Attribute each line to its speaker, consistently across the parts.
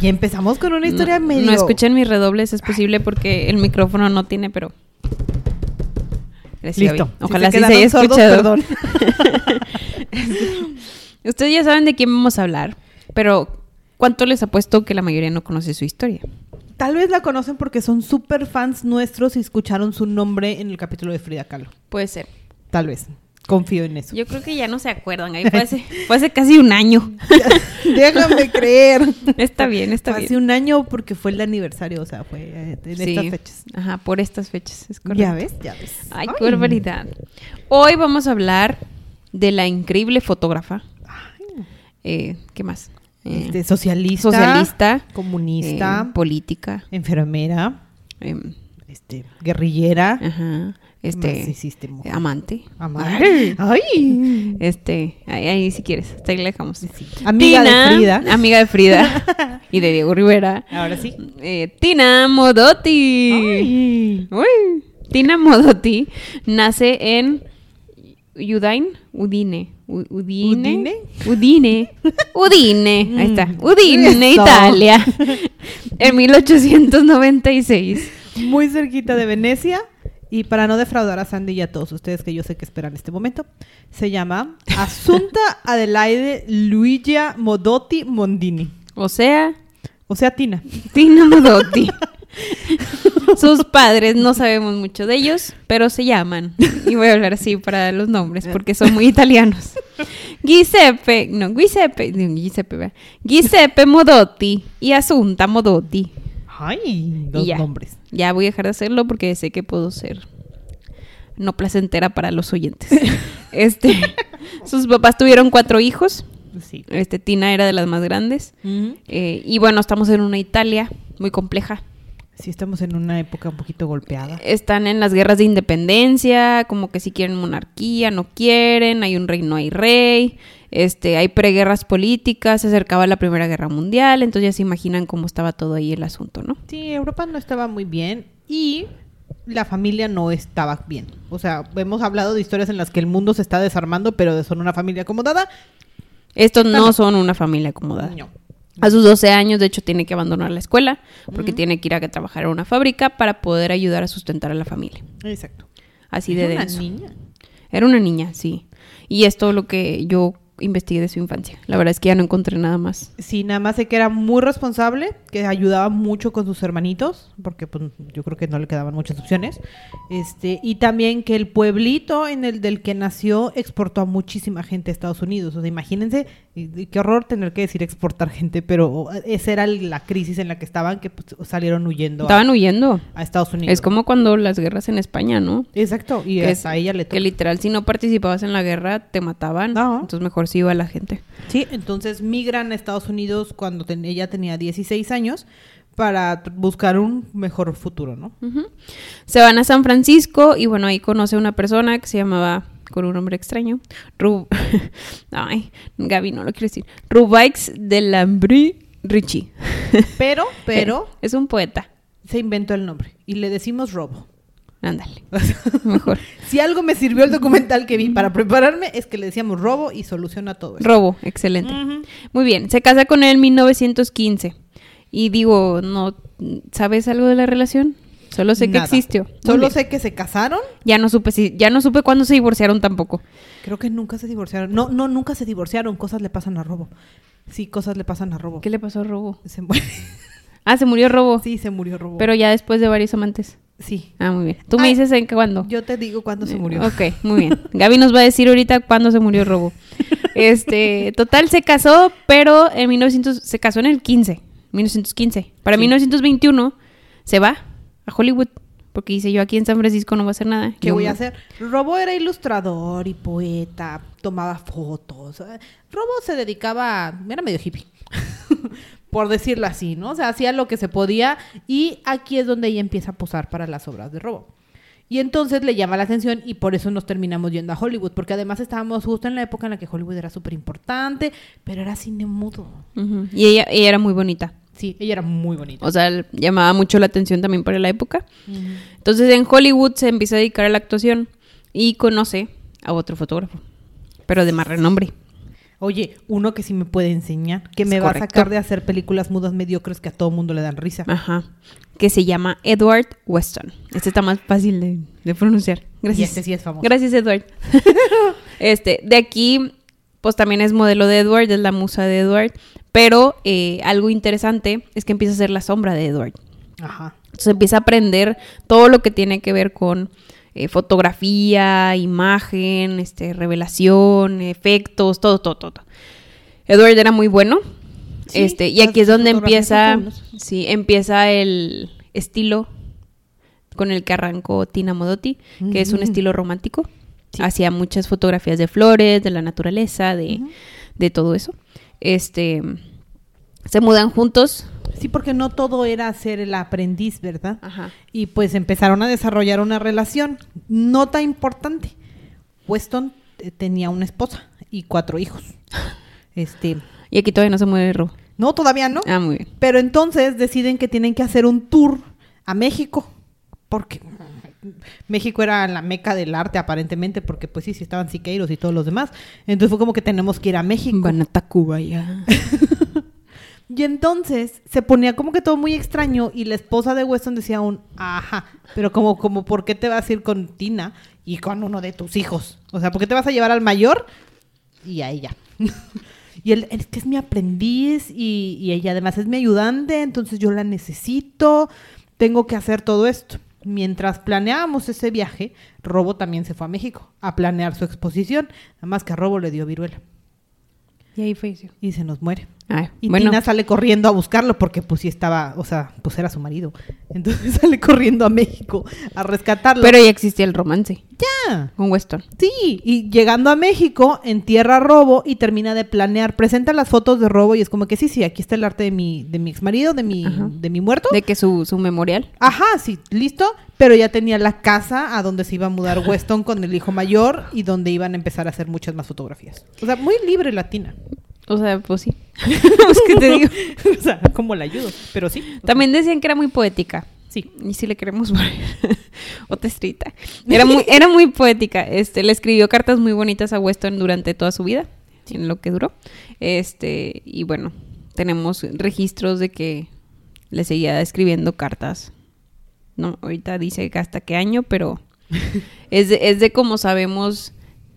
Speaker 1: y empezamos con una historia
Speaker 2: Uh. no,
Speaker 1: medio.
Speaker 2: No escuchen mis redobles, es posible porque el micrófono no tiene, pero. Gracias,
Speaker 1: Listo.
Speaker 2: Gaby.
Speaker 1: Si
Speaker 2: Ojalá
Speaker 1: se
Speaker 2: sí se haya
Speaker 1: quedaron sordos,
Speaker 2: escuchado.
Speaker 1: perdón.
Speaker 2: Ustedes ya saben de quién vamos a hablar, pero ¿cuánto les apuesto que la mayoría no conoce su historia?
Speaker 1: Tal vez la conocen porque son super fans nuestros y escucharon su nombre en el capítulo de Frida Kahlo.
Speaker 2: Puede ser.
Speaker 1: Tal vez. Confío en eso.
Speaker 2: Yo creo que ya no se acuerdan. Ahí fue hace, fue hace casi un año.
Speaker 1: Déjame creer.
Speaker 2: Está bien, está
Speaker 1: Fue
Speaker 2: bien.
Speaker 1: Hace un año porque fue el aniversario, o sea, fue eh, en
Speaker 2: Sí.
Speaker 1: estas fechas.
Speaker 2: Ajá, por estas fechas, es correcto.
Speaker 1: Ya ves, ya ves.
Speaker 2: Ay, qué barbaridad. Hoy vamos a hablar de la increíble fotógrafa.
Speaker 1: Ay.
Speaker 2: Eh, ¿Qué más? Eh,
Speaker 1: Este, socialista,
Speaker 2: socialista,
Speaker 1: comunista,
Speaker 2: eh, política.
Speaker 1: enfermera,
Speaker 2: em,
Speaker 1: este, guerrillera,
Speaker 2: ajá.
Speaker 1: más
Speaker 2: Este,
Speaker 1: hiciste, mujer?
Speaker 2: amante.
Speaker 1: Amar. Ay.
Speaker 2: Este, ahí, ahí si quieres, hasta ahí le dejamos.
Speaker 1: Amiga de
Speaker 2: Tina,
Speaker 1: Frida.
Speaker 2: Amiga de Frida y de Diego Rivera.
Speaker 1: Ahora sí.
Speaker 2: Eh, Tina Modotti.
Speaker 1: Ay.
Speaker 2: Uy. Tina Modotti nace en Udine, Udine, U- Udine, Udine, Udine, ahí está,
Speaker 1: Mm,
Speaker 2: Udine,
Speaker 1: eso.
Speaker 2: Italia, en 1896.
Speaker 1: Muy cerquita de Venecia. Y para no defraudar a Sandy y a todos ustedes que yo sé que esperan este momento, se llama Asunta Adelaide Luigia Modotti Mondini.
Speaker 2: O sea,
Speaker 1: O sea, Tina.
Speaker 2: Tina Modotti. Sus padres, no sabemos mucho de ellos, pero se llaman. Y voy a hablar así para los nombres, porque son muy italianos. Giuseppe, no, Giuseppe, no, Giuseppe, ¿verdad? Giuseppe Modotti y Asunta Modotti.
Speaker 1: Ay, dos
Speaker 2: Y ya.
Speaker 1: nombres.
Speaker 2: Ya voy a dejar de hacerlo porque sé que puedo ser no placentera para los oyentes. Este, sus papás tuvieron cuatro hijos.
Speaker 1: Sí.
Speaker 2: Este, Tina era de las más grandes.
Speaker 1: Ujú.
Speaker 2: Eh, y bueno, estamos en una Italia muy compleja.
Speaker 1: Sí, estamos en una época un poquito golpeada.
Speaker 2: Están en las guerras de independencia, como que si quieren monarquía, no quieren, hay un rey, no hay rey, este, hay preguerras políticas, se acercaba la Primera Guerra Mundial, entonces ya se imaginan cómo estaba todo ahí el asunto, ¿no?
Speaker 1: Sí, Europa no estaba muy bien y la familia no estaba bien. O sea, hemos hablado de historias en las que el mundo se está desarmando, pero son una familia acomodada.
Speaker 2: Estos
Speaker 1: Claro.
Speaker 2: no son una familia acomodada.
Speaker 1: No.
Speaker 2: A sus 12 años, de hecho, tiene que abandonar la escuela porque tiene que ir a que trabajar en una fábrica para poder ayudar a sustentar a la familia.
Speaker 1: Exacto.
Speaker 2: Así de
Speaker 1: Era una
Speaker 2: denso.
Speaker 1: niña.
Speaker 2: Era una niña, sí. Y es todo lo que yo investigué de su infancia. La verdad es que ya no encontré nada más.
Speaker 1: Sí, nada más sé que era muy responsable, que ayudaba mucho con sus hermanitos, porque pues, yo creo que no le quedaban muchas opciones. Este, y también que el pueblito en el del que nació exportó a muchísima gente a Estados Unidos. O sea, imagínense, y- y qué horror tener que decir exportar gente, pero esa era el- la crisis en la que estaban, que pues, salieron huyendo a,
Speaker 2: Estaban huyendo.
Speaker 1: a Estados Unidos.
Speaker 2: Es como cuando las guerras en España, ¿no?
Speaker 1: Exacto, y
Speaker 2: Que es-
Speaker 1: a ella le Ah.
Speaker 2: Que
Speaker 1: tocó.
Speaker 2: literal, si no participabas en la guerra, te mataban.
Speaker 1: Ajá.
Speaker 2: Entonces mejor sí iba la gente.
Speaker 1: Sí, entonces migran a Estados Unidos cuando ten- ella tenía 16 años para t- buscar un mejor futuro, ¿no?
Speaker 2: Ujú. Se van a San Francisco y bueno, ahí conoce a una persona que se llamaba, con un nombre extraño, Rub... Ay, Gaby, no lo quiero decir. Rubaix de Lambrí Richie.
Speaker 1: Pero, pero,
Speaker 2: Es un poeta.
Speaker 1: se inventó el nombre y le decimos robo.
Speaker 2: Ándale. Mejor.
Speaker 1: Si algo me sirvió el documental que vi para prepararme es que le decíamos robo y soluciona todo eso.
Speaker 2: Robo, excelente. Muy bien, se casa con él en 1915. Y digo, no, ¿sabes algo de la relación? Solo sé
Speaker 1: Nada.
Speaker 2: que existió. Muy
Speaker 1: Solo
Speaker 2: bien.
Speaker 1: sé que se casaron.
Speaker 2: Ya no supe si, ya no supe cuándo se divorciaron tampoco.
Speaker 1: Creo que nunca se divorciaron. No, no, nunca se divorciaron. Cosas le pasan a robo. Sí, cosas le pasan a robo.
Speaker 2: ¿Qué le pasó a Robo?
Speaker 1: Se muere.
Speaker 2: Ah, se murió Robo.
Speaker 1: Sí, se murió robo.
Speaker 2: Pero ya después de varios amantes.
Speaker 1: sí.
Speaker 2: Ah, muy bien. Tú me
Speaker 1: Ay,
Speaker 2: dices en qué- cuándo.
Speaker 1: Yo te digo cuándo se
Speaker 2: Eh,
Speaker 1: murió.
Speaker 2: Ok, muy bien. Gaby nos va a decir ahorita cuándo se murió Robo. Este, total, se casó, pero en 1900, se casó en el 15, 1915. Para
Speaker 1: Sí.
Speaker 2: 1921 se va a Hollywood, porque dice yo aquí en San Francisco no voy a hacer nada.
Speaker 1: ¿Qué
Speaker 2: Yo
Speaker 1: voy a
Speaker 2: me-
Speaker 1: hacer? Robo era ilustrador y poeta, tomaba fotos. Eh, Robo se dedicaba, era medio hippie. por decirlo así, ¿no? O sea, hacía lo que se podía y aquí es donde ella empieza a posar para las obras de robo. Y entonces le llama la atención y por eso nos terminamos yendo a Hollywood, porque además estábamos justo en la época en la que Hollywood era súper importante, pero era cine mudo.
Speaker 2: Ujú. Y ella, ella era muy bonita.
Speaker 1: Sí, ella era muy bonita.
Speaker 2: O sea, l- llamaba mucho la atención también para la época. Entonces en Hollywood se empieza a dedicar a la actuación y conoce a otro fotógrafo, pero de más renombre.
Speaker 1: Oye, uno que sí me puede enseñar, que
Speaker 2: Es
Speaker 1: me va a
Speaker 2: correcto.
Speaker 1: sacar de hacer películas mudas mediocres que a todo mundo le dan risa.
Speaker 2: Ajá. Que se llama Edward Weston. Este está más fácil de, de pronunciar. Gracias.
Speaker 1: Y este sí es famoso.
Speaker 2: Gracias, Edward. este, de aquí, pues también es modelo de Edward, es la musa de Edward. Pero eh, algo interesante es que empieza a ser la sombra de Edward.
Speaker 1: Ajá.
Speaker 2: Entonces empieza a aprender todo lo que tiene que ver con eh, fotografía, imagen, este, revelación, efectos, todo, todo, todo. todo. Edward era muy bueno.
Speaker 1: Sí,
Speaker 2: este, y aquí es
Speaker 1: las
Speaker 2: donde
Speaker 1: fotografías son
Speaker 2: empieza,
Speaker 1: fabulosas.
Speaker 2: sí, empieza el estilo con el que arrancó Tina Modotti, que es un
Speaker 1: Ujú.
Speaker 2: estilo romántico.
Speaker 1: Sí.
Speaker 2: Hacía muchas fotografías de flores, de la naturaleza, de,
Speaker 1: Ujú.
Speaker 2: de todo eso. Este, se mudan juntos.
Speaker 1: Sí, porque no todo era ser el aprendiz, ¿verdad?
Speaker 2: Ajá.
Speaker 1: Y pues empezaron a desarrollar una relación. Nota importante. Weston eh, tenía una esposa y cuatro hijos. Este,
Speaker 2: Y aquí todavía no se mueve Ro.
Speaker 1: no, todavía no.
Speaker 2: Ah, muy bien.
Speaker 1: Pero entonces deciden que tienen que hacer un tour a México, porque México era la meca del arte aparentemente, porque pues sí, sí estaban Siqueiros y todos los demás. Entonces fue como que tenemos que ir a México.
Speaker 2: Van a Tacuba ya.
Speaker 1: Y entonces se ponía como que todo muy extraño y la esposa de Weston decía un, ajá, pero como, como, ¿por qué te vas a ir con Tina y con uno de tus hijos? O sea, ¿por qué te vas a llevar al mayor y a ella? y él, es que es mi aprendiz y, y ella además es mi ayudante, entonces yo la necesito, tengo que hacer todo esto. Mientras planeábamos ese viaje, Robo también se fue a México a planear su exposición, nada más que a Robo le dio viruela
Speaker 2: Y ahí falleció.
Speaker 1: y se nos muere.
Speaker 2: Ay,
Speaker 1: Y
Speaker 2: bueno,
Speaker 1: Tina sale corriendo a buscarlo porque pues sí estaba, o sea, pues era su marido. Entonces sale corriendo a México a rescatarlo.
Speaker 2: pero ya existía el romance
Speaker 1: ya.
Speaker 2: con Weston.
Speaker 1: Sí, y llegando a México, entierra a Robo y termina de planear, presenta las fotos de Robo y es como que sí, sí, aquí está el arte de mi, de mi ex marido, de mi,
Speaker 2: Ajá.
Speaker 1: de mi muerto.
Speaker 2: De que su, su memorial.
Speaker 1: Ajá, sí, listo, pero ya tenía la casa a donde se iba a mudar Weston con el hijo mayor y donde iban a empezar a hacer muchas más fotografías. O sea, muy libre la Tina.
Speaker 2: O sea, pues sí. Pues, ¿qué te digo?
Speaker 1: o sea, ¿cómo la ayudo? Pero sí. o sea,
Speaker 2: También decían que era muy poética.
Speaker 1: Sí.
Speaker 2: Y si le queremos poner otra estrita. Era muy, era muy poética. Este, le escribió cartas muy bonitas a Weston durante toda su vida, en lo que duró. Este, y bueno, tenemos registros de que le seguía escribiendo cartas. No, ahorita dice que hasta qué año, pero es de, es de cómo sabemos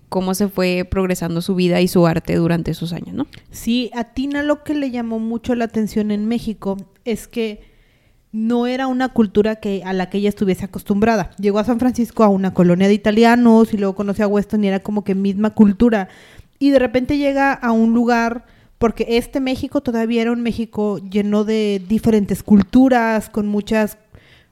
Speaker 2: cómo se fue progresando su vida y su arte durante esos años, ¿no?
Speaker 1: Sí, a Tina lo que le llamó mucho la atención en México es que no era una cultura que, a la que ella estuviese acostumbrada. Llegó a San Francisco a una colonia de italianos y luego conoció a Weston y era como que misma cultura. Y de repente llega a un lugar, porque este México todavía era un México lleno de diferentes culturas, con muchas,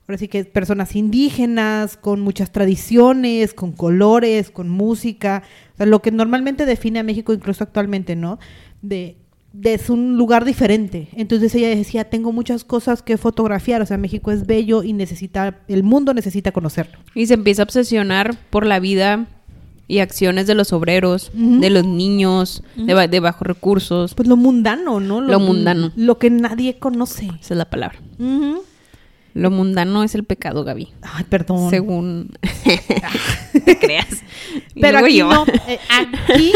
Speaker 1: ahora sí que personas indígenas, con muchas tradiciones, con colores, con música. O sea, lo que normalmente define a México, incluso actualmente, ¿no? De de- es un lugar diferente. Entonces ella decía, tengo muchas cosas que fotografiar, o sea, México es bello y necesita, el mundo necesita conocerlo.
Speaker 2: Y se empieza a obsesionar por la vida y acciones de los obreros,
Speaker 1: Ujú.
Speaker 2: de los niños, de, ba- de bajos recursos.
Speaker 1: Pues lo mundano, ¿no?
Speaker 2: Lo mundano.
Speaker 1: Lo que nadie conoce.
Speaker 2: Esa es la palabra.
Speaker 1: Ujú.
Speaker 2: Lo mundano es el pecado, Gaby.
Speaker 1: Ay, perdón.
Speaker 2: Según te creas. Y
Speaker 1: Pero
Speaker 2: luego
Speaker 1: aquí
Speaker 2: yo.
Speaker 1: no, eh, aquí,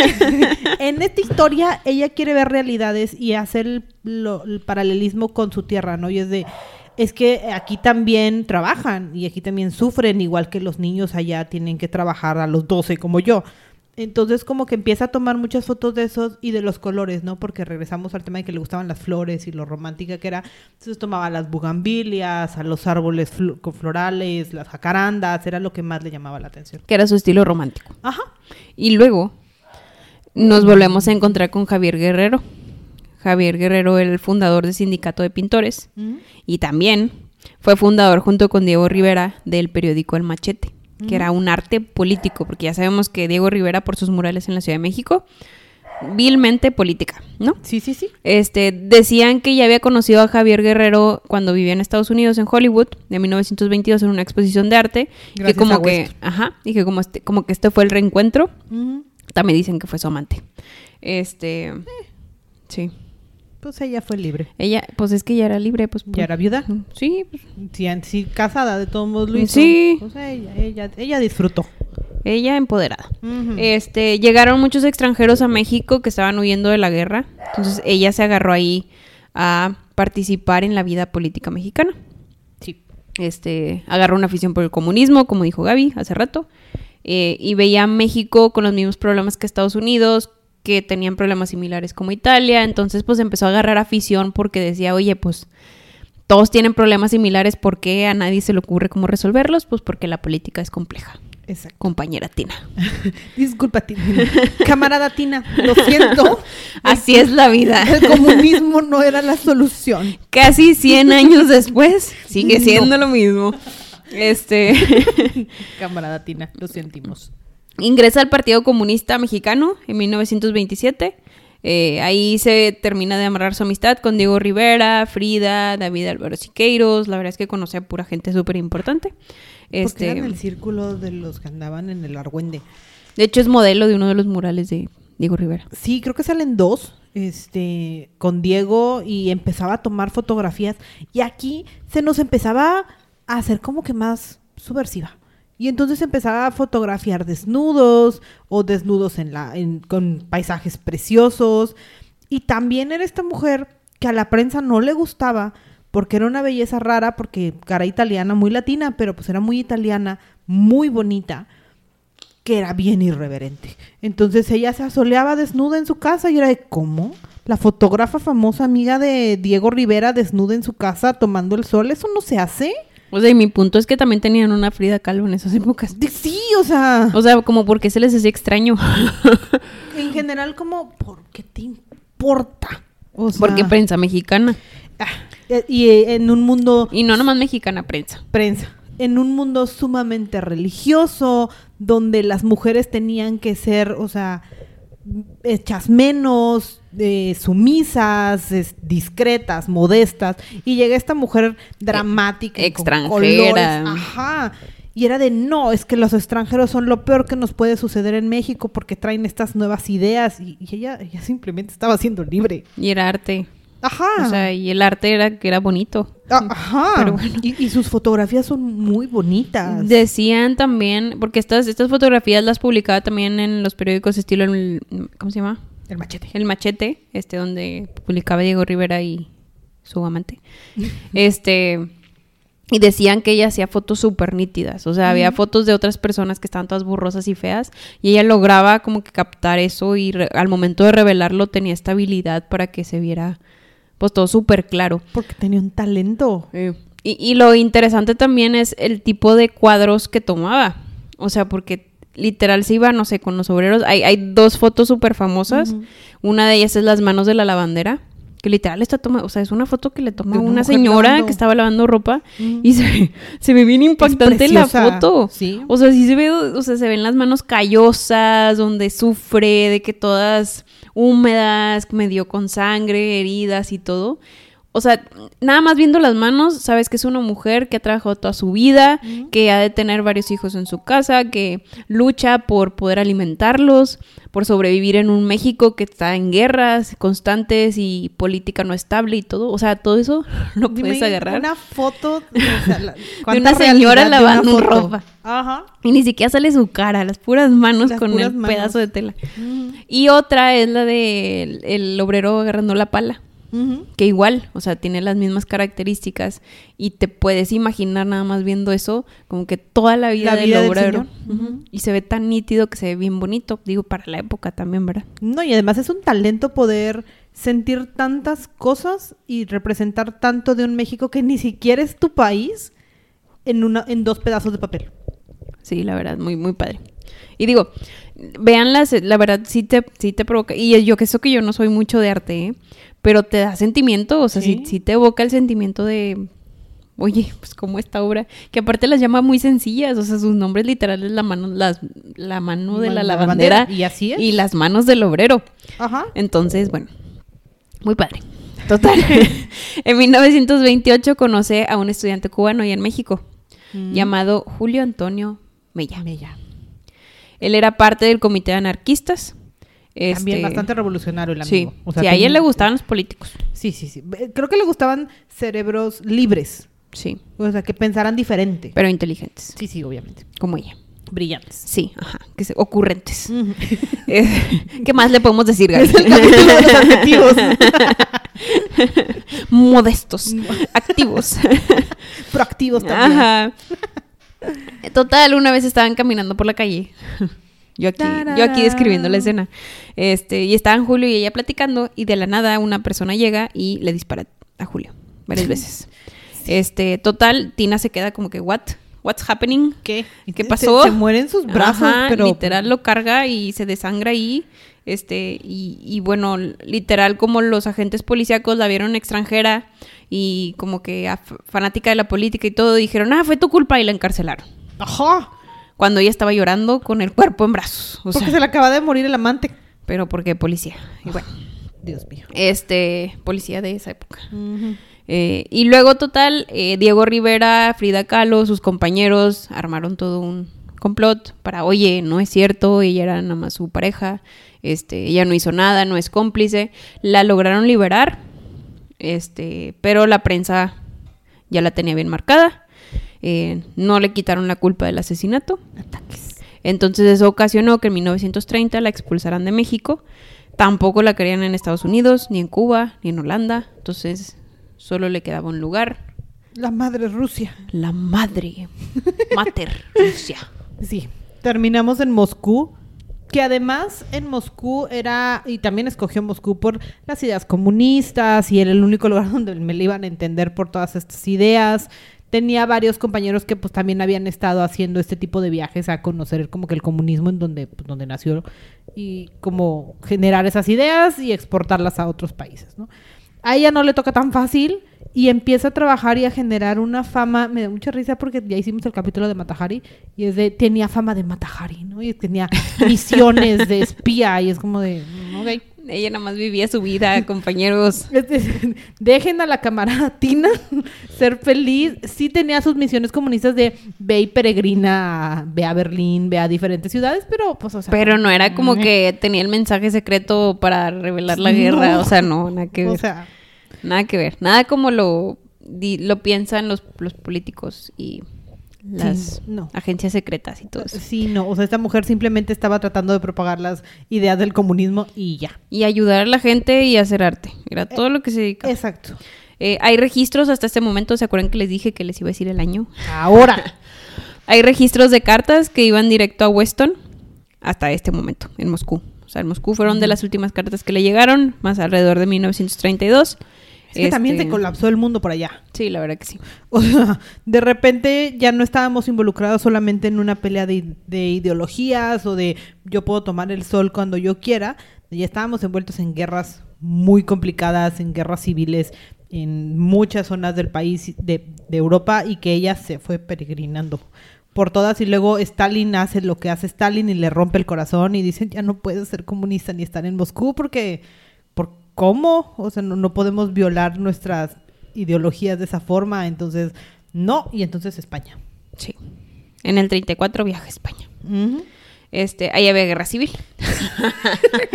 Speaker 1: en esta historia, ella quiere ver realidades y hacer el, lo- el paralelismo con su tierra, ¿no? Y es de, es que aquí también trabajan y aquí también sufren, igual que los niños allá tienen que trabajar a los 12 como yo. Entonces como que empieza a tomar muchas fotos de esos y de los colores, ¿no? Porque regresamos al tema de que le gustaban las flores y lo romántica que era. Entonces tomaba las bugambilias, a los árboles flo- con florales, las jacarandas, era lo que más le llamaba la atención.
Speaker 2: Que era su estilo romántico.
Speaker 1: Ajá.
Speaker 2: Y luego nos volvemos a encontrar con Javier Guerrero. Javier Guerrero, el fundador del Sindicato de Pintores.
Speaker 1: Ujú.
Speaker 2: Y también fue fundador junto con Diego Rivera del periódico El Machete, que era un arte político, porque ya sabemos que Diego Rivera por sus murales en la Ciudad de México vilmente política, ¿no?
Speaker 1: Sí, sí, sí.
Speaker 2: Este, decían que ya había conocido a Javier Guerrero cuando vivía en Estados Unidos, en Hollywood, de 1922, en una exposición de arte. que
Speaker 1: Gracias
Speaker 2: como
Speaker 1: a
Speaker 2: que,
Speaker 1: West.
Speaker 2: ajá, y que como, este, como que este fue el reencuentro.
Speaker 1: Ujú.
Speaker 2: También dicen que fue su amante. Este, sí.
Speaker 1: Pues ella fue libre.
Speaker 2: Ella, pues es que ya era libre, pues.
Speaker 1: Ya era viuda.
Speaker 2: Sí, pues,
Speaker 1: Sí, an- sí, casada, de todos modos, Luis.
Speaker 2: Sí.
Speaker 1: Pues ella, ella, ella disfrutó. Eh,
Speaker 2: ella empoderada.
Speaker 1: Ujú.
Speaker 2: Este, llegaron muchos extranjeros a México que estaban huyendo de la guerra. Entonces ella se agarró ahí a participar en la vida política mexicana.
Speaker 1: sí.
Speaker 2: Este, agarró una afición por el comunismo, como dijo Gaby hace rato, eh, y veía a México con los mismos problemas que Estados Unidos, que tenían problemas similares como Italia. Entonces, pues empezó a agarrar afición porque decía, oye, pues todos tienen problemas similares, ¿por qué a nadie se le ocurre cómo resolverlos? Pues porque la política es compleja,
Speaker 1: Exacto.
Speaker 2: compañera Tina.
Speaker 1: Disculpa, Tina. Camarada Tina, lo siento.
Speaker 2: Así es la vida.
Speaker 1: El comunismo no era la solución.
Speaker 2: Casi 100 años después, sigue siendo lo mismo. Este
Speaker 1: Camarada Tina, lo sentimos.
Speaker 2: ingresa al Partido Comunista Mexicano en 1927. Eh, ahí se termina de amarrar su amistad con Diego Rivera, Frida, David Álvaro Siqueiros. La verdad es que conoce a pura gente súper importante.
Speaker 1: Porque eran
Speaker 2: Este,
Speaker 1: el círculo de los que andaban en el Argüende.
Speaker 2: de hecho, es modelo de uno de los murales de Diego Rivera.
Speaker 1: Sí, creo que salen dos, este, con Diego y empezaba a tomar fotografías y aquí se nos empezaba a hacer como que más subversiva. Y entonces empezaba a fotografiar desnudos o desnudos en la, en- con paisajes preciosos. Y también era esta mujer que a la prensa no le gustaba porque era una belleza rara, porque cara italiana, muy latina, pero pues era muy italiana, muy bonita que era bien irreverente. Entonces ella se asoleaba desnuda en su casa y era de cómo. La fotógrafa famosa amiga de Diego Rivera desnuda en su casa tomando el sol, eso no se hace.
Speaker 2: O sea, y mi punto es que también tenían una Frida Kahlo en esas épocas.
Speaker 1: De- sí, o sea,
Speaker 2: O sea, como porque se les hacía extraño.
Speaker 1: en general como, ¿por qué te importa? O sea,
Speaker 2: Porque prensa mexicana.
Speaker 1: ah, eh, y eh, en un mundo
Speaker 2: Y no nomás mexicana, prensa.
Speaker 1: prensa. En un mundo sumamente religioso, donde las mujeres tenían que ser, o sea, hechas menos, eh, sumisas, es- discretas, modestas. Y llega esta mujer dramática. y con
Speaker 2: extranjera.
Speaker 1: colores. Ajá. Y era de, no, es que los extranjeros son lo peor que nos puede suceder en México porque traen estas nuevas ideas. Y, y ella, ella simplemente estaba siendo libre.
Speaker 2: Y era arte.
Speaker 1: Ajá.
Speaker 2: O sea, y el arte era que era bonito.
Speaker 1: Ah, Ajá.
Speaker 2: Pero bueno.
Speaker 1: y, y sus fotografías son muy bonitas.
Speaker 2: Decían también, porque estas, estas fotografías las publicaba también en los periódicos estilo el, ¿cómo se llama?
Speaker 1: El machete.
Speaker 2: El Machete, este donde publicaba Diego Rivera y su amante. Este y decían que ella hacía fotos súper nítidas, o sea, había fotos de otras personas que estaban todas burrosas y feas y ella lograba como que captar eso y re- al momento de revelarlo tenía esta habilidad para que se viera pues todo súper claro.
Speaker 1: Porque tenía un talento.
Speaker 2: eh. Y, y lo interesante también es el tipo de cuadros que tomaba. O sea, porque literal se iba, no sé, con los obreros. Hay, hay dos fotos súper famosas. Una de ellas es las manos de la lavandera. Que literal está tomando, o sea, es una foto que le toma
Speaker 1: De una
Speaker 2: una
Speaker 1: mujer
Speaker 2: señora
Speaker 1: lavando.
Speaker 2: que estaba lavando ropa
Speaker 1: Mm.
Speaker 2: y se, ve- se ve bien impactante la
Speaker 1: preciosa,
Speaker 2: foto.
Speaker 1: sí.
Speaker 2: O sea, sí se ve, o sea, se ven las manos callosas, donde sufre, de que todas húmedas, medio con sangre, heridas y todo. O sea, nada más viendo las manos, sabes que es una mujer que ha trabajado toda su vida, que ha de tener varios hijos en su casa, que lucha por poder alimentarlos, por sobrevivir en un México que está en guerras constantes y política no estable y todo. O sea, todo eso lo
Speaker 1: Dime
Speaker 2: puedes agarrar.
Speaker 1: Una foto o sea, la-
Speaker 2: una
Speaker 1: cuánta
Speaker 2: señora
Speaker 1: realidad de
Speaker 2: lavando
Speaker 1: una foto.
Speaker 2: ropa.
Speaker 1: Ajá.
Speaker 2: Y ni siquiera sale su cara, las puras manos
Speaker 1: Las
Speaker 2: con
Speaker 1: puras
Speaker 2: el
Speaker 1: manos.
Speaker 2: pedazo de tela. Y otra es la de el, el obrero agarrando la pala,
Speaker 1: Ujú.
Speaker 2: que igual, o sea, tiene las mismas características y te puedes imaginar nada más viendo eso, como que toda la vida,
Speaker 1: La vida
Speaker 2: del
Speaker 1: del
Speaker 2: obrero.
Speaker 1: señor.
Speaker 2: Ujú. Y se ve tan nítido que se ve bien bonito, digo, para la época también, ¿verdad?
Speaker 1: No, y además es un talento poder sentir tantas cosas y representar tanto de un México que ni siquiera es tu país en, una, en dos pedazos de papel.
Speaker 2: Sí, la verdad, muy, muy padre. Y digo, véanlas, eh, la verdad sí te, sí te provoca. Y yo que eso que yo no soy mucho de arte, ¿eh? pero te da sentimiento, o sea, sí,
Speaker 1: Sí.
Speaker 2: sí te evoca el sentimiento de, oye, pues como esta obra, que aparte las llama muy sencillas, o sea, sus nombres literales, la mano, las, la mano de la lavandera
Speaker 1: Y así es.
Speaker 2: y las manos del obrero.
Speaker 1: Ajá.
Speaker 2: Entonces, bueno, muy padre. Total. en 1928 conoce a un estudiante cubano y en México, llamado Julio Antonio Mella. Él era parte del comité de anarquistas.
Speaker 1: También
Speaker 2: este,
Speaker 1: bastante revolucionario el
Speaker 2: Sí,
Speaker 1: amigo.
Speaker 2: sí, a
Speaker 1: tiene-
Speaker 2: él le gustaban los políticos.
Speaker 1: Sí, sí, sí. Eh, Creo que le gustaban cerebros libres.
Speaker 2: Sí,
Speaker 1: O sea, que pensaran diferente.
Speaker 2: pero inteligentes,
Speaker 1: Sí, sí, obviamente.
Speaker 2: como ella.
Speaker 1: Brillantes.
Speaker 2: Sí, ajá, que se, ocurrentes.
Speaker 1: Mm.
Speaker 2: Eh, ¿Qué más le podemos decir, Gaby?
Speaker 1: capítulo de los adjetivos.
Speaker 2: Modestos, activos.
Speaker 1: Proactivos también.
Speaker 2: Ajá. Total, una vez estaban caminando por la calle. Yo aquí, yo aquí describiendo la escena. Este, y estaban Julio y ella platicando, y de la nada una persona llega y le dispara a Julio varias veces. Este, total, Tina se queda como que, what? What's happening?
Speaker 1: ¿Qué?
Speaker 2: ¿Qué
Speaker 1: Se-
Speaker 2: pasó?
Speaker 1: Se, mueren sus brazos,
Speaker 2: Ajá,
Speaker 1: pero.
Speaker 2: literal lo carga y se desangra ahí. Este, y, y bueno, literal como los agentes policíacos la vieron extranjera y como que af- fanática de la política y todo, dijeron, ah, fue tu culpa y la encarcelaron.
Speaker 1: Ajá.
Speaker 2: Cuando ella estaba llorando con el cuerpo en brazos. O
Speaker 1: porque
Speaker 2: sea,
Speaker 1: se le acaba de morir el amante.
Speaker 2: pero porque policía. Y bueno,
Speaker 1: Dios mío.
Speaker 2: este, policía de esa época. Eh, y luego, total, eh, Diego Rivera, Frida Kahlo, sus compañeros armaron todo un complot para, oye, no es cierto, ella era nada más su pareja, este, ella no hizo nada, no es cómplice. La lograron liberar, este, pero la prensa ya la tenía bien marcada. eh, no le quitaron la culpa del asesinato.
Speaker 1: Ataques.
Speaker 2: Entonces eso ocasionó que en 1930 la expulsaran de México. Tampoco la querían en Estados Unidos, ni en Cuba, ni en Holanda. Entonces solo le quedaba un lugar,
Speaker 1: La madre Rusia.
Speaker 2: la madre, mater, Rusia.
Speaker 1: Sí. Terminamos en Moscú. Que además en Moscú era, y también escogió Moscú por las ideas comunistas y era el único lugar donde me le iban a entender por todas estas ideas. Tenía varios compañeros que pues también habían estado haciendo este tipo de viajes a conocer como que el comunismo en donde, pues, donde nació y como generar esas ideas y exportarlas a otros países, ¿no? A ella no le toca tan fácil y empieza a trabajar y a generar una fama. Me da mucha risa porque ya hicimos el capítulo de Matajari y es de, tenía fama de Matajari, ¿no? Y tenía misiones de espía y es como de, mm, ok.
Speaker 2: Ella nada más vivía su vida, compañeros.
Speaker 1: Es decir, Dejen a la camarada Tina ser feliz. Sí tenía sus misiones comunistas de ve y peregrina, ve a Berlín, ve a diferentes ciudades, pero pues, o sea. Mm,
Speaker 2: Pero no era como que tenía el mensaje secreto para revelar la guerra.
Speaker 1: No.
Speaker 2: O sea, no, nada que ver.
Speaker 1: O sea,
Speaker 2: Nada que ver. Nada como lo, di- lo piensan los, los políticos y las
Speaker 1: no.
Speaker 2: agencias secretas y todo eso.
Speaker 1: sí, no. O sea, esta mujer simplemente estaba tratando de propagar las ideas del comunismo y ya.
Speaker 2: Y ayudar a la gente y hacer arte. Era todo lo que se dedicaba.
Speaker 1: Exacto.
Speaker 2: Eh, hay registros hasta este momento, ¿se acuerdan que les dije que les iba a decir el año?
Speaker 1: Ahora.
Speaker 2: Hay registros de cartas que iban directo a Weston hasta este momento, en Moscú. O sea, en Moscú fueron de las últimas cartas que le llegaron, más alrededor de 1932.
Speaker 1: Es que también
Speaker 2: Este,
Speaker 1: se colapsó el mundo por allá.
Speaker 2: Sí, la verdad que sí.
Speaker 1: O sea, de repente ya no estábamos involucrados solamente en una pelea de, de ideologías o de yo puedo tomar el sol cuando yo quiera. Ya estábamos envueltos en guerras muy complicadas, en guerras civiles en muchas zonas del país, de, de Europa, y que ella se fue peregrinando por todas y luego Stalin hace lo que hace Stalin y le rompe el corazón y dicen ya no puedes ser comunista ni estar en Moscú porque por cómo, o sea, no, no podemos violar nuestras ideologías de esa forma, entonces no, y entonces España.
Speaker 2: Sí. En el 34 viaja a España. Este, ahí había guerra civil.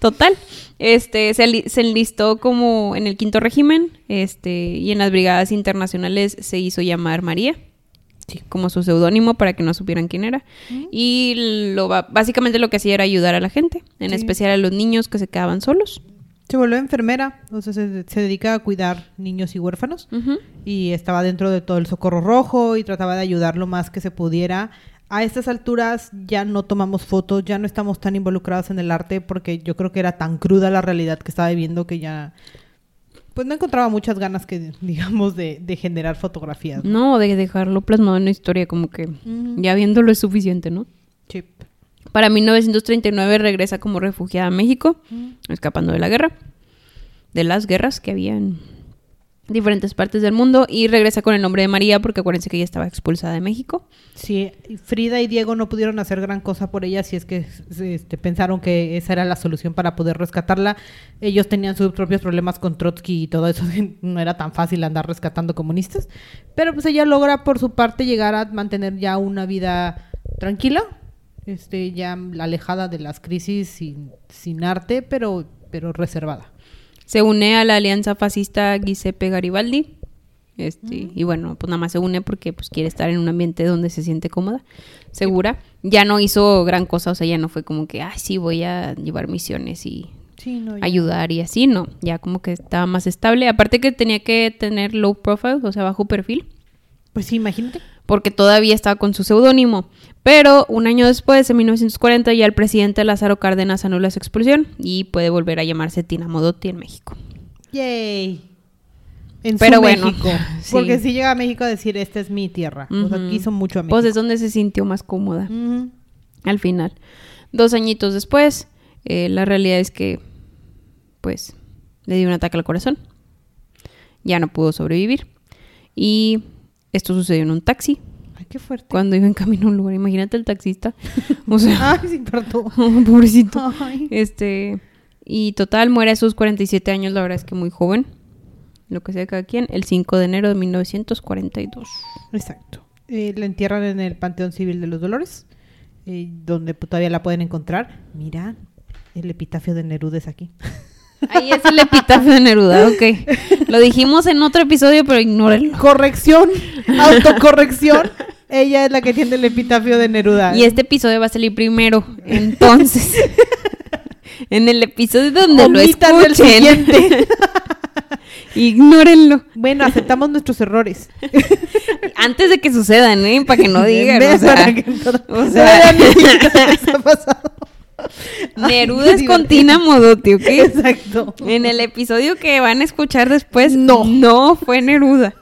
Speaker 2: Total. Este, se, li- se enlistó como en el quinto régimen, este, y en las brigadas internacionales se hizo llamar María. Como su seudónimo para que no supieran quién era.
Speaker 1: Mm.
Speaker 2: Y lo ba- básicamente lo que hacía era ayudar a la gente, en
Speaker 1: Sí.
Speaker 2: especial a los niños que se quedaban solos.
Speaker 1: Se volvió enfermera, o sea, se, se dedica a cuidar niños y huérfanos
Speaker 2: Ujú.
Speaker 1: y estaba dentro de todo el socorro rojo y trataba de ayudar lo más que se pudiera. A estas alturas ya no tomamos fotos, ya no estamos tan involucrados en el arte porque yo creo que era tan cruda la realidad que estaba viviendo que ya pues no encontraba muchas ganas que digamos de, de generar fotografías. ¿no?
Speaker 2: No, de dejarlo plasmado en una historia, como que
Speaker 1: Ujú.
Speaker 2: ya viéndolo es suficiente, ¿no?
Speaker 1: Chip.
Speaker 2: Para 1939 regresa como
Speaker 1: Mm.
Speaker 2: refugiada a México, escapando de la guerra, de las guerras que había en, diferentes partes del mundo y regresa con el nombre de María porque acuérdense que ella estaba expulsada de México.
Speaker 1: Sí, Frida y Diego no pudieron hacer gran cosa por ella, si es que este, pensaron que esa era la solución para poder rescatarla. Ellos tenían sus propios problemas con Trotsky y todo eso, no era tan fácil andar rescatando comunistas. Pero pues ella logra por su parte llegar a mantener ya una vida tranquila, este, ya alejada de las crisis, sin, sin arte, pero, pero reservada.
Speaker 2: Se une a la alianza fascista Giuseppe Garibaldi. Este, Y bueno, pues nada más se une porque pues quiere estar en un ambiente donde se siente cómoda, segura. Ya no hizo gran cosa, o sea, ya no fue como que, ay, sí, voy a llevar misiones y
Speaker 1: Sí, no, ya-
Speaker 2: ayudar y así, no. Ya como que estaba más estable. Aparte que tenía que tener low profile, o sea, bajo perfil,
Speaker 1: Pues sí, imagínate.
Speaker 2: porque todavía estaba con su seudónimo. Pero un año después, en 1940, ya el presidente Lázaro Cárdenas anula su expulsión y puede volver a llamarse Tina Modotti en México.
Speaker 1: Yay. En
Speaker 2: Pero
Speaker 1: su
Speaker 2: bueno,
Speaker 1: México.
Speaker 2: sí.
Speaker 1: Porque si llega a México a decir, esta es mi tierra. O sea,
Speaker 2: Ujú.
Speaker 1: quiso mucho a México. Mm.
Speaker 2: Pues es donde se sintió más cómoda
Speaker 1: Ujú.
Speaker 2: al final. Dos añitos después, eh, la realidad es que, pues, le dio un ataque al corazón. Ya no pudo sobrevivir. Y esto sucedió en un taxi
Speaker 1: Ay, qué fuerte.
Speaker 2: cuando iba en camino a un lugar. Imagínate el taxista. O sea,
Speaker 1: Ay, sí, perdón.
Speaker 2: pobrecito.
Speaker 1: Ay.
Speaker 2: Este, y total, muere a sus 47 años, la verdad es que muy joven. Lo que sea cada quien, el 5 de enero de 1942.
Speaker 1: Exacto. Eh, la entierran en el Panteón Civil de los Dolores, eh, donde pues, todavía la pueden encontrar. Mira, el epitafio de Neruda es aquí.
Speaker 2: Ahí es el epitafio de Neruda, ok. Lo dijimos en otro episodio, pero ignórenlo.
Speaker 1: Corrección, autocorrección. Ella es la que tiene el epitafio de Neruda.
Speaker 2: Y este episodio va a salir primero, entonces. en el episodio donde
Speaker 1: Omitan
Speaker 2: lo
Speaker 1: el
Speaker 2: escuchen.
Speaker 1: siguiente.
Speaker 2: Ignórenlo.
Speaker 1: Bueno, aceptamos nuestros errores.
Speaker 2: Antes de que sucedan, ¿eh? Para que no digan. o
Speaker 1: Ven,
Speaker 2: sea.
Speaker 1: para que no-
Speaker 2: o sea.
Speaker 1: no vean ni siquiera les ha pasado.
Speaker 2: Neruda
Speaker 1: Ay, qué
Speaker 2: es con
Speaker 1: divertido.
Speaker 2: Tina Modotti, ¿ok?
Speaker 1: Exacto.
Speaker 2: En el episodio que van a escuchar después,
Speaker 1: No.
Speaker 2: no fue Neruda.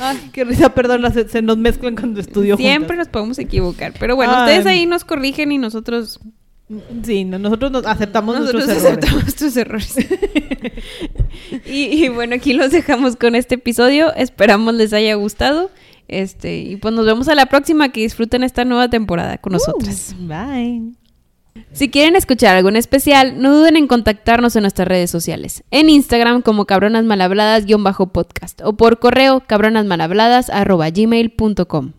Speaker 1: Ay, qué risa, perdón, las- se, nos mezclan cuando estudio
Speaker 2: Siempre nos
Speaker 1: juntas.
Speaker 2: podemos equivocar. Pero bueno,
Speaker 1: Ay.
Speaker 2: ustedes ahí nos corrigen y nosotros,
Speaker 1: Sí, no, nosotros nos aceptamos
Speaker 2: nosotros
Speaker 1: nuestros errores.
Speaker 2: aceptamos tus errores. y, y bueno, aquí los dejamos con este episodio. Esperamos les haya gustado. Este, y pues nos vemos a la próxima. Que disfruten esta nueva temporada con nosotras.
Speaker 1: Uh, bye.
Speaker 2: Si quieren escuchar algo en especial, no duden en contactarnos en nuestras redes sociales. En Instagram como cabronasmalhabladas-podcast o por correo cabronasmalhabladas@gmail.com.